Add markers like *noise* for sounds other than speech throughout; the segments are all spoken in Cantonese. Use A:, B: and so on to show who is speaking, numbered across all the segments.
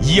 A: 以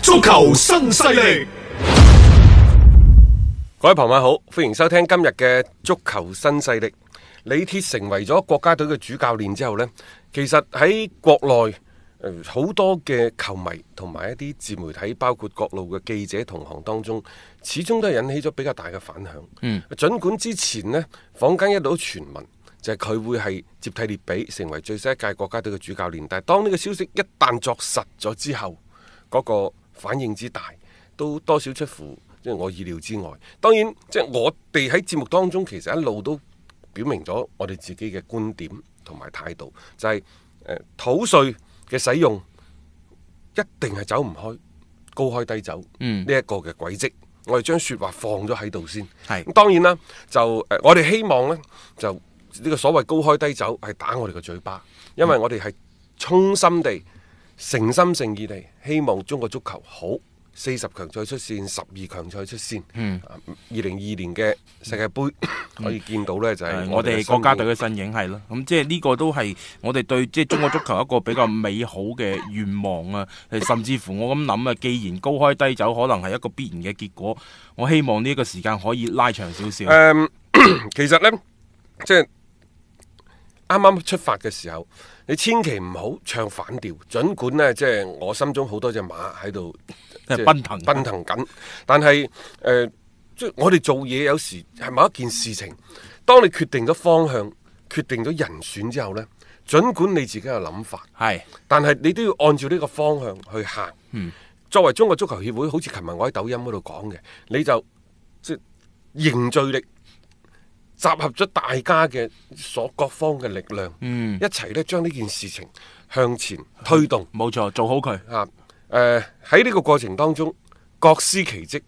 A: 足球新勢力，
B: 各位朋友好，歡迎收聽今日嘅足球新勢力。李鐵成為咗國家隊嘅主教練之後呢，其實喺國內呃好多嘅球迷同埋一啲自媒體，包括各路嘅記者同行當中，始終都係引起咗比較大嘅反響。嗯，儘管之前呢，坊間一度都傳聞就係佢會係接替列比成為最新一屆國家隊嘅主教練，但係當呢個消息一旦作實咗之後，嗰個反應之大，都多少出乎即係我意料之外。當然，即係我哋喺節目當中其實一路都表明咗我哋自己嘅觀點同埋態度，就係、誒土帥嘅使用一定係走唔開高開低走
C: 嗯
B: 呢一個嘅軌跡。我哋將説話放咗喺度先。
C: 係
B: 咁當然啦，就誒、呃我哋希望呢，就呢個所謂高開低走係打我哋嘅嘴巴，因
C: 嗯
B: 為我哋係衷心地。誠心誠意地希望中國足球好，四十強賽出線，十二強賽出線。
C: 嗯
B: 二零二年嘅世界盃可以見到呢，就係
C: 誒嗯我哋國家隊嘅身影係咯，咁即係呢個都係我哋對即係中國足球一個比較美好嘅願望啊！誒甚至乎我咁諗啊，既然高開低走可能係一個必然嘅結果，我希望呢個時間可以拉長少少。
B: 誒、其實呢，即係啱啱出發嘅時候，你千祈唔好唱反調。儘管呢，即係我心中好多隻馬喺
C: *laughs*
B: 度
C: 即係
B: 即係
C: 奔騰
B: 奔騰緊，但係誒、呃即係我哋做嘢有時係某一件事情，當你決定咗方向、決定咗人選之後呢，儘管你自己有諗法，
C: 係
B: 但係你都要按照呢個方向去行。作為中國足球協會，好似琴日我喺抖音嗰度講嘅，你就即係凝聚力，集合咗大家嘅所各方嘅力量，一齊咧將呢件事情向前推動。
C: 冇錯，做好佢。
B: 啊，誒喺呢個過程當中，各司其職，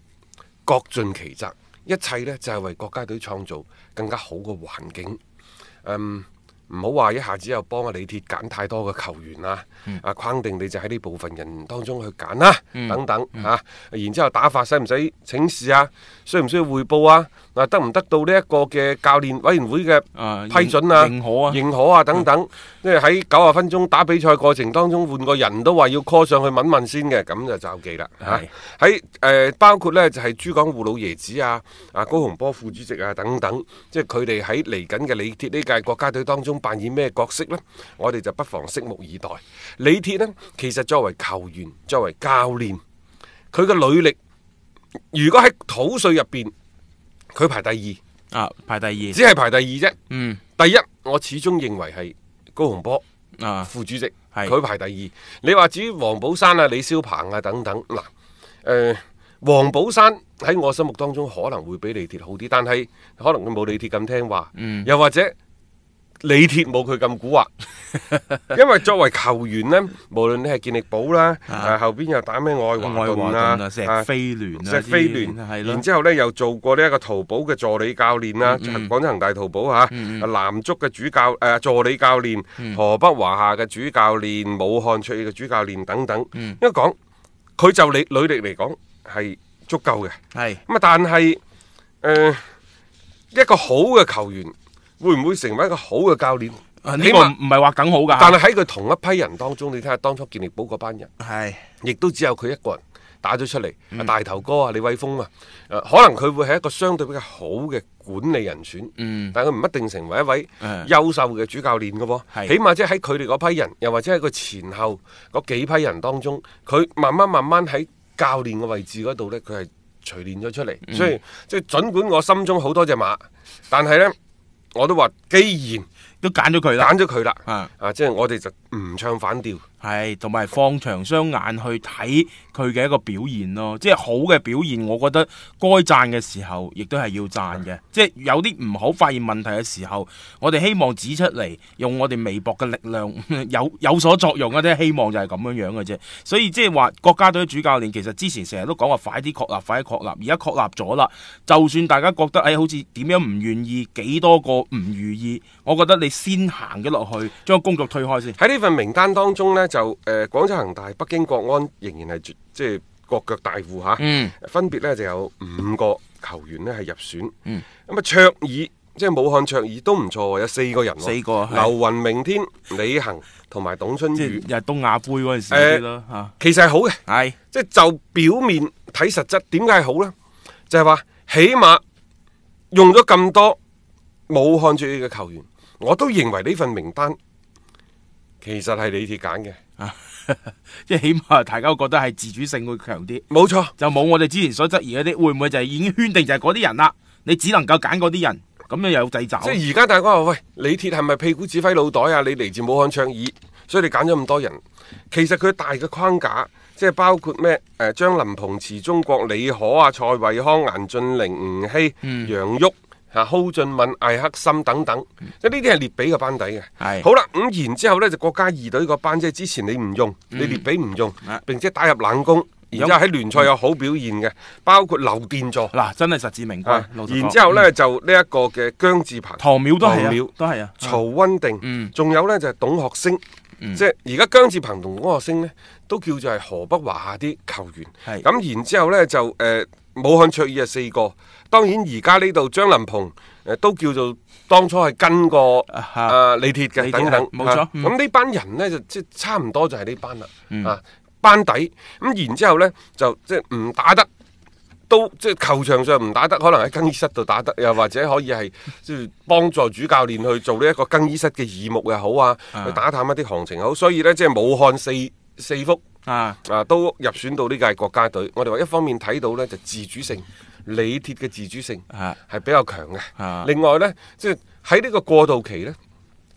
B: 各盡其責，一切呢就係、為國家隊創造更加好嘅環境。嗯，唔好話一下子又幫阿李鐵揀太多嘅球員啦，
C: 嗯
B: 啊框定你就喺呢部分人當中去揀啦，等等
C: 嗯
B: 嚇、啊然之後打法使唔使請示啊？需唔需要匯報啊？嗱，得唔得到呢一個嘅教練委員會嘅
C: 啊
B: 批准啊、
C: 認認可啊
B: 認可啊等等，即係喺九十分鐘打比賽過程當中，換個人都話要 call 上去問問先嘅，咁就罩忌啦嚇
C: 係。
B: 喺誒、呃包括呢就係、珠江護老爺子啊、啊高洪波副主席啊等等，即係佢哋喺嚟緊嘅李鐵呢屆國家隊當中扮演咩角色呢？我哋就不妨拭目以待。李鐵呢，其實作為球員、作為教練，佢嘅履歷如果喺土帥入邊，佢排第二。
C: 啊，排第二。
B: 只係排第二啫。
C: 嗯，
B: 第一，我始終認為係高洪波
C: 啊，
B: 副主席，
C: 係
B: 佢排第二。你話至於黃寶山啊、李霄鵬啊等等，嗱，誒、呃黃寶山喺我心目當中可能會比李鐵好啲，但係可能佢冇李鐵咁聽話，
C: 嗯
B: 又或者。李鐵冇佢咁蠱惑，因為作為球員呢，無論你係健力寶啦，啊後邊又打咩愛華
C: 愛華
B: 頓
C: 頓
B: 啊
C: 啊，石
B: 啊
C: 飛聯啊，
B: 石飛聯，
C: 係
B: 然
C: 咯，
B: 之後呢又做過呢一個淘寶嘅助理教練啦，廣州恒大淘寶嚇，啊南足嘅主教誒、呃助理教練，河北華夏嘅主教練，武漢卓爾嘅主教練等等，應該講佢就履履歷嚟講係足夠嘅。
C: 係
B: 咁啊，但係誒、呃一個好嘅球員會唔會成為一個好嘅教練？
C: 啊呢
B: 起
C: 個唔
B: 碼
C: 唔係話梗好㗎。
B: 但係喺佢同一批人當中，你睇下當初健力寶嗰班人。
C: 係
B: 亦都只有佢一個人打咗出嚟。
C: 嗯
B: 啊大頭哥啊，李偉峰啊，誒可能佢會係一個相對比較好嘅管理人選，
C: 嗯
B: 但係佢唔一定成為一位
C: 誒
B: 優秀嘅主教練嘅喎。
C: 嗯係
B: 起碼即係喺佢哋嗰批人，又或者喺佢前後嗰幾批人當中，佢慢慢慢慢喺教練嘅位置嗰度呢，佢係錘煉咗出嚟。
C: 嗯
B: 所以即係儘管我心中好多隻馬，但係呢，我都話，既然
C: 都揀咗佢啦。
B: 揀咗佢啦，
C: 啊
B: 啊，即係我哋就唔唱反調。
C: 係，同埋放長雙眼去睇佢嘅一個表現咯，即係好嘅表現，我覺得該讚嘅時候，亦都係要讚嘅。即係有啲唔好發現問題嘅時候，我哋希望指出嚟，用我哋微薄嘅力量 *laughs* 有有所作用嘅啫。希望就係咁樣樣嘅啫。所以即係話國家隊主教練其實之前成日都講話快啲確立，快啲確立，而家確立咗啦。就算大家覺得誒、哎好似點樣唔願意，幾多個唔如意，我覺得你先行咗落去，將工作推開先。
B: 喺呢份名單當中呢，就誒、呃、廣州恒大、北京國安仍然係絕即係國腳大户嚇，
C: 嗯
B: 分別呢就有五個球員呢係入選。
C: 嗯
B: 咁啊，卓爾即係武漢卓爾都唔錯喎，有四個人喎，
C: 四個係
B: 劉雲、明天、李行同埋董春
C: 即
B: 雨呃
C: 係，又係東亞杯嗰陣時嗰啲咯嚇，
B: 其實係好嘅。
C: 係
B: 即係就表面睇實質，點解係好呢？就係、話起碼用咗咁多武漢卓爾嘅球員，我都認為呢份名單其實係李鐵揀嘅，
C: 啊 *laughs* 即係起碼大家覺得係自主性會強啲，
B: 冇錯。
C: 就冇我哋之前所質疑嗰啲，會唔會就係已經圈定就係嗰啲人啦？你只能夠揀嗰啲人，咁樣又有掣肘。
B: 即係而家大家話喂，李鐵係咪屁股指揮腦袋啊？你嚟自武漢卓爾，所以你揀咗咁多人。其實佢大嘅框架，即係包括咩？誒、張林鵬、池忠國、李可啊、蔡慧康、顏駿凌、吳曦、
C: 嗯
B: 楊旭。啊，蒿俊閔、艾克森等等，即係呢啲係列比嘅班底嘅。
C: 係
B: 好啦，咁然之後呢，就國家二隊個班，即係之前你唔用，你列比唔用
C: 嗯啊，
B: 並且打入冷宮，然之後喺聯賽有好表現嘅，包括劉殿座。
C: 嗱，真係實至名歸
B: 啊。
C: 老實講嗯
B: 然之後，呢，就呢一個嘅姜志鵬、
C: 唐淼都係
B: 唐淼
C: 啊，都係啊，
B: 曹温定
C: 嗯，
B: 仲有呢就係董學升，
C: 嗯
B: 即係而家姜志鵬同董學升呢，都叫做係河北華夏啲球員。
C: 係
B: 咁然之後呢，就誒、呃武漢卓爾係四個，當然而家呢度張林鵬誒、呃都叫做當初係跟過
C: 啊
B: 啊
C: 哈
B: 李鐵嘅
C: 李鐵
B: 等等，
C: 係冇錯
B: 啊
C: 嗯
B: 咁呢班人呢，就即係差唔多就係呢班啦，啊班底咁然之後呢，就即係唔打得。都即係球場上唔打得，可能喺更衣室度打得，又或者可以
C: *laughs*
B: 係即係幫助主教練去做呢一個更衣室嘅耳目又好啊，去打探一啲行情又好。所以呢，即係武漢四四幅
C: 啊，
B: 啊都入選到呢屆國家隊。我哋話一方面睇到呢，就自主性，李鐵嘅自主性
C: 啊
B: 係比較強嘅。
C: 啊
B: 另外呢，即係喺呢個過渡期呢，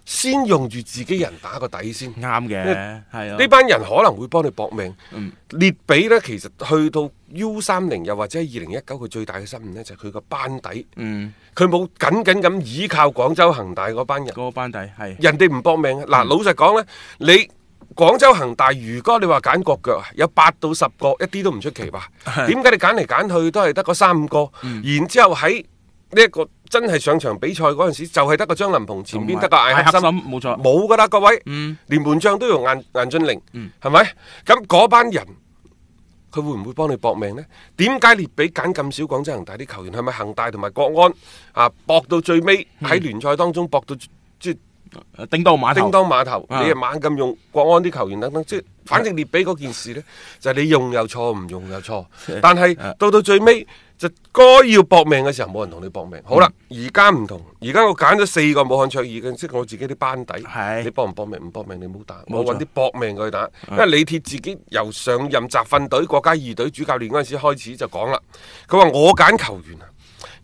B: 先用住自己人打個底先。
C: 啱啊嘅，係啊，
B: 呢班人可能會幫你搏命。
C: 嗯
B: 列比呢，其實去到 U 三零又或者二零一九，佢最大嘅失誤呢，就係佢個班底，
C: 嗯
B: 佢冇緊緊咁依靠廣州恒大嗰班人，
C: 嗰個班底係
B: 人哋唔搏命啊。嗱，老實講呢，你廣州恒大如果你話揀國腳啊，有八到十個一啲都唔出奇吧？點解你揀嚟揀去都係得嗰三五個，然之後喺呢一個真係上場比賽嗰陣時，就係得個張林鵬前邊得個艾
C: 艾
B: 克
C: 克
B: 森
C: 森，。冇錯，
B: 冇噶啦，各位，
C: 嗯
B: 連門將都用顏顏俊凌，係咪、咁嗰班人，佢會唔會幫你搏命呢？點解列比揀咁少廣州恒大啲球員？係咪恒大同埋國安啊搏到最尾喺聯賽當中搏到即係
C: 叮當碼頭，
B: 叮當碼頭，
C: 啊
B: 你係猛咁用國安啲球員等等，即係反正列比嗰件事呢，就係、你用又錯，唔用又
C: *laughs*
B: 錯。但係
C: 啊
B: 到到最尾就該要搏命嘅時候，冇人同你搏命。好啦，而
C: 嗯
B: 家唔同，而家我揀咗四個武漢卓爾嘅，即係我自己啲班底。
C: 係
B: 你搏唔搏命？唔搏命你唔好打，
C: 冇錯啊
B: 我揾啲搏命佢打。因為李鐵自己由上任集訓隊國家二隊主教練嗰陣時開始就講啦，佢話我揀球員啊，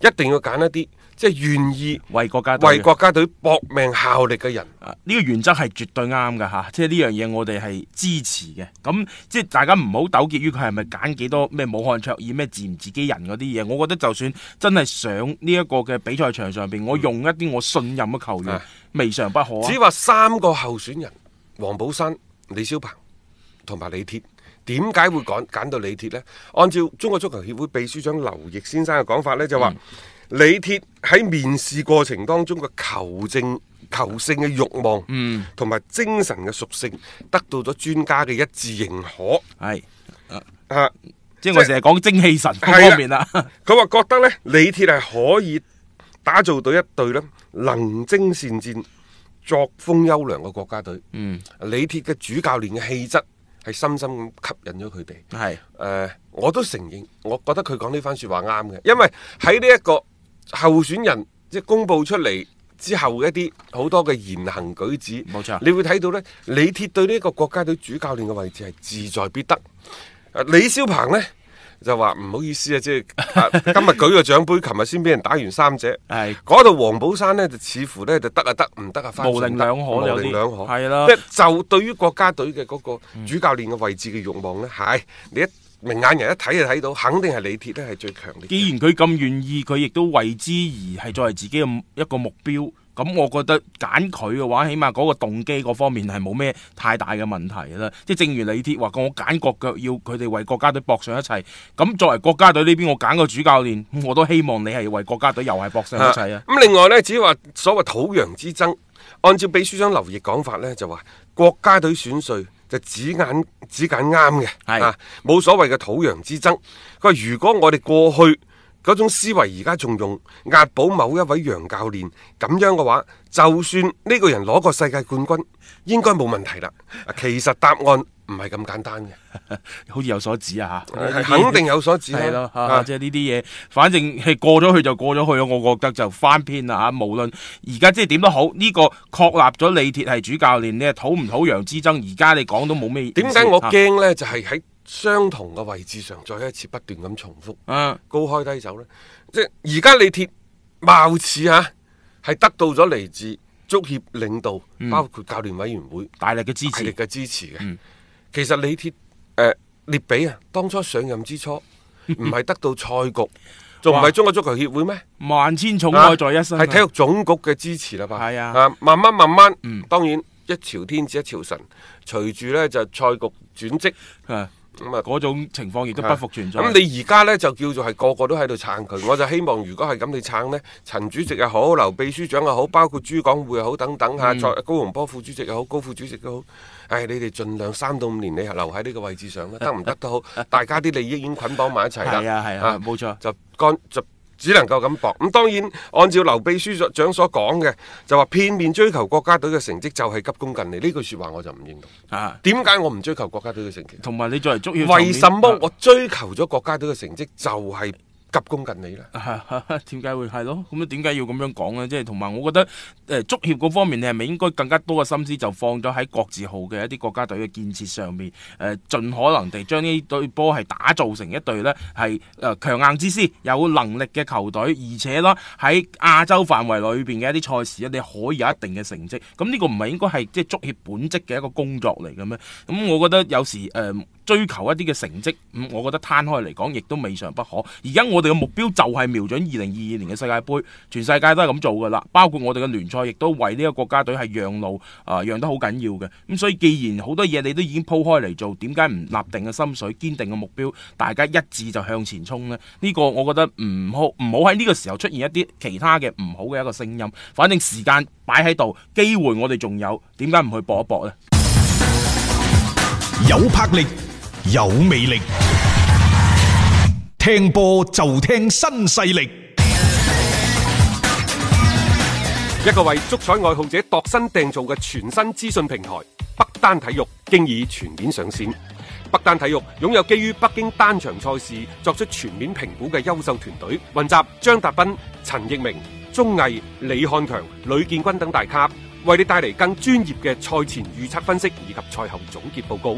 B: 一定要揀一啲即係願意
C: 為國家隊
B: 為
C: 嘅
B: 國家隊搏命效力嘅人。
C: 啊呢個原則係絕對啱㗎吓，即係呢樣嘢我哋係支持嘅。咁即係大家唔好糾結於佢係咪揀幾多咩武漢卓爾咩自唔自己人嗰啲嘢。我覺得就算真係上呢一個嘅比賽場上邊，我用一啲我信任嘅球員
B: 嗯啊，
C: 未嘗不可
B: 只
C: 啊。
B: 話三個候選人，黃寶山、李小鵬同埋李鐵，點解會揀揀到李鐵呢？按照中國足球協會秘書長劉奕先生嘅講法呢，就話、李鐵喺面試過程當中嘅求證、求勝嘅慾望，同埋、精神嘅屬性，得到咗專家嘅一致認可。
C: 係，
B: 啊，
C: 即係我成日講精氣神
B: 係啊
C: 嗰方面啊 *laughs* 啦。
B: 佢話覺得呢，李鐵係可以打造到一隊呢能征善戰、作風優良嘅國家隊。
C: 嗯，
B: 李鐵嘅主教練嘅氣質係深深咁吸引咗佢哋。誒、
C: 係
B: 呃我都承認，我覺得佢講呢番説話啱嘅，因為喺呢一個候選人即係公佈出嚟之後嘅一啲好多嘅言行舉止，
C: 冇錯
B: 你會睇到呢，李啊鐵對呢一個國家隊主教練嘅位置係志在必得。誒李霄鵬呢，就話唔好意思啊，即係
C: *laughs*
B: 啊今日舉個獎杯，琴日先俾人打完三隻。
C: 係
B: 嗰度黃寶山呢，就似乎呢，就得啊得，唔得啊翻
C: 模棱兩可
B: 模
C: 有
B: 棱
C: 啲
B: 兩可
C: 係啦
B: 即係就對於國家隊嘅嗰個主教練嘅位置嘅欲望呢，係你一明眼人一睇就睇到，肯定係李鐵呢係最強烈嘅。
C: 既然佢咁願意，佢亦都為之而係作為自己嘅一個目標。咁我覺得揀佢嘅話，起碼嗰個動機嗰方面係冇咩太大嘅問題啦。即係正如李鐵話過，我揀國腳要佢哋為國家隊搏上一切。咁作為國家隊呢邊，我揀個主教練，我都希望你係為國家隊又係搏上一
B: *laughs*
C: 切啊！
B: 咁另外呢，至於話所謂土洋之爭，按照秘書長劉奕講法呢，就話國家隊選帥就只眼只揀啱嘅，
C: 係
B: 啊冇所謂嘅土洋之爭。佢話如果我哋過去嗰種思維而家仲用押寶某一位洋教練咁樣嘅話，就算呢個人攞個世界冠軍，應該冇問題啦。啊其實答案唔係咁簡
C: *laughs*
B: 單嘅，
C: 好似有所指啊嚇，
B: 係肯定有所指啦
C: 係咯，
B: 啊
C: 啊即係呢啲嘢，反正係過咗去就過咗去咯。我覺得就翻篇啦嚇，無論而家即係點都好，呢、個確立咗李鐵係主教練，你係土唔土洋之爭，而家你講都冇咩意思。
B: 點解我
C: 啊
B: 驚呢？就係、喺相同嘅位置上再一次不斷咁重複。
C: 啊
B: 高開低走呢？即係而家李鐵貌似嚇係得到咗嚟自足協領導，包括教練委員會
C: 大力嘅嗯支
B: 大力
C: 持？嗯
B: 嘅支持嘅。其實李鐵誒、呃列比啊，當初上任之
C: *laughs*
B: 初唔係得到賽局，仲唔係中國足球協會咩？
C: 萬千寵愛在一身啊，
B: 係體育總局嘅支持啦吧？
C: 係啊嗯
B: 慢慢慢慢，當然一朝天子一朝臣，隨住呢就賽局轉職。
C: 啊
B: 咁啊
C: 嗰種情況亦都不復存在。
B: 啊咁你而家呢，就叫做係個個都喺度撐佢，我就希望如果係咁你撐呢，陳主席又好，劉秘書長又好，包括朱港會又好等等嚇，蔡高洪波副主席又好，高副主席都好，唉，你哋盡量三到五年你係留喺呢個位置上啦，得唔得
C: *laughs*
B: 都好，大家啲利益已經捆綁埋一齊啦，
C: 係啊係啊冇錯
B: 就干就。只能夠咁搏，咁當然按照劉秘書長所講嘅，就話片面追求國家隊嘅成績就係急功近利，呢句説話我就唔認同。
C: 啊，
B: 點解我唔追求國家隊嘅成績？
C: 同埋你作為足協層面，啊
B: 為什麼我追求咗國家隊嘅成績就係急功近利呢？
C: 啊點解會係咯？咁啊，點解要咁樣講呢？即係同埋，我覺得誒足協嗰方面，你係呃咪應該更加多嘅心思就放咗喺國字號嘅一啲國家隊嘅建設上面？誒、呃盡可能地將呢隊波係打造成一隊呢係誒強硬之師、有能力嘅球隊，而且呃啦喺亞洲範圍裏邊嘅一啲賽事咧，你可以有一定嘅成績。咁呢個唔係應該係即係足協本職嘅一個工作嚟嘅咩？咁我覺得有時誒。呃追求一啲嘅成績，嗯我覺得攤開嚟講，亦都未嘗不可。而家我哋嘅目標就係瞄準二零二二年嘅世界盃，全世界都係咁做噶啦。包括我哋嘅聯賽，亦都為呢個國家隊係讓路，啊、讓得好緊要嘅。咁所以，既然好多嘢你都已經鋪開嚟做，點解唔立定嘅心水、堅定嘅目標，大家一致就向前衝呢？呢、個我覺得唔好，唔好喺呢個時候出現一啲其他嘅唔好嘅一個聲音。反正時間擺喺度，機會我哋仲有，點解唔去搏一搏呢？
A: 有魄力，有魅力，聽波就聽新勢力。
B: 一個為足彩愛好者度身訂造嘅全新資訊平台北單體育，經已全面上線。北單體育擁有基於北京單場賽事作出全面評估嘅優秀團隊，雲集張達斌、陳奕明、鐘毅、李漢強、呂建軍等大咖，為你帶嚟更專業嘅賽前預測分析以及賽後總結報告。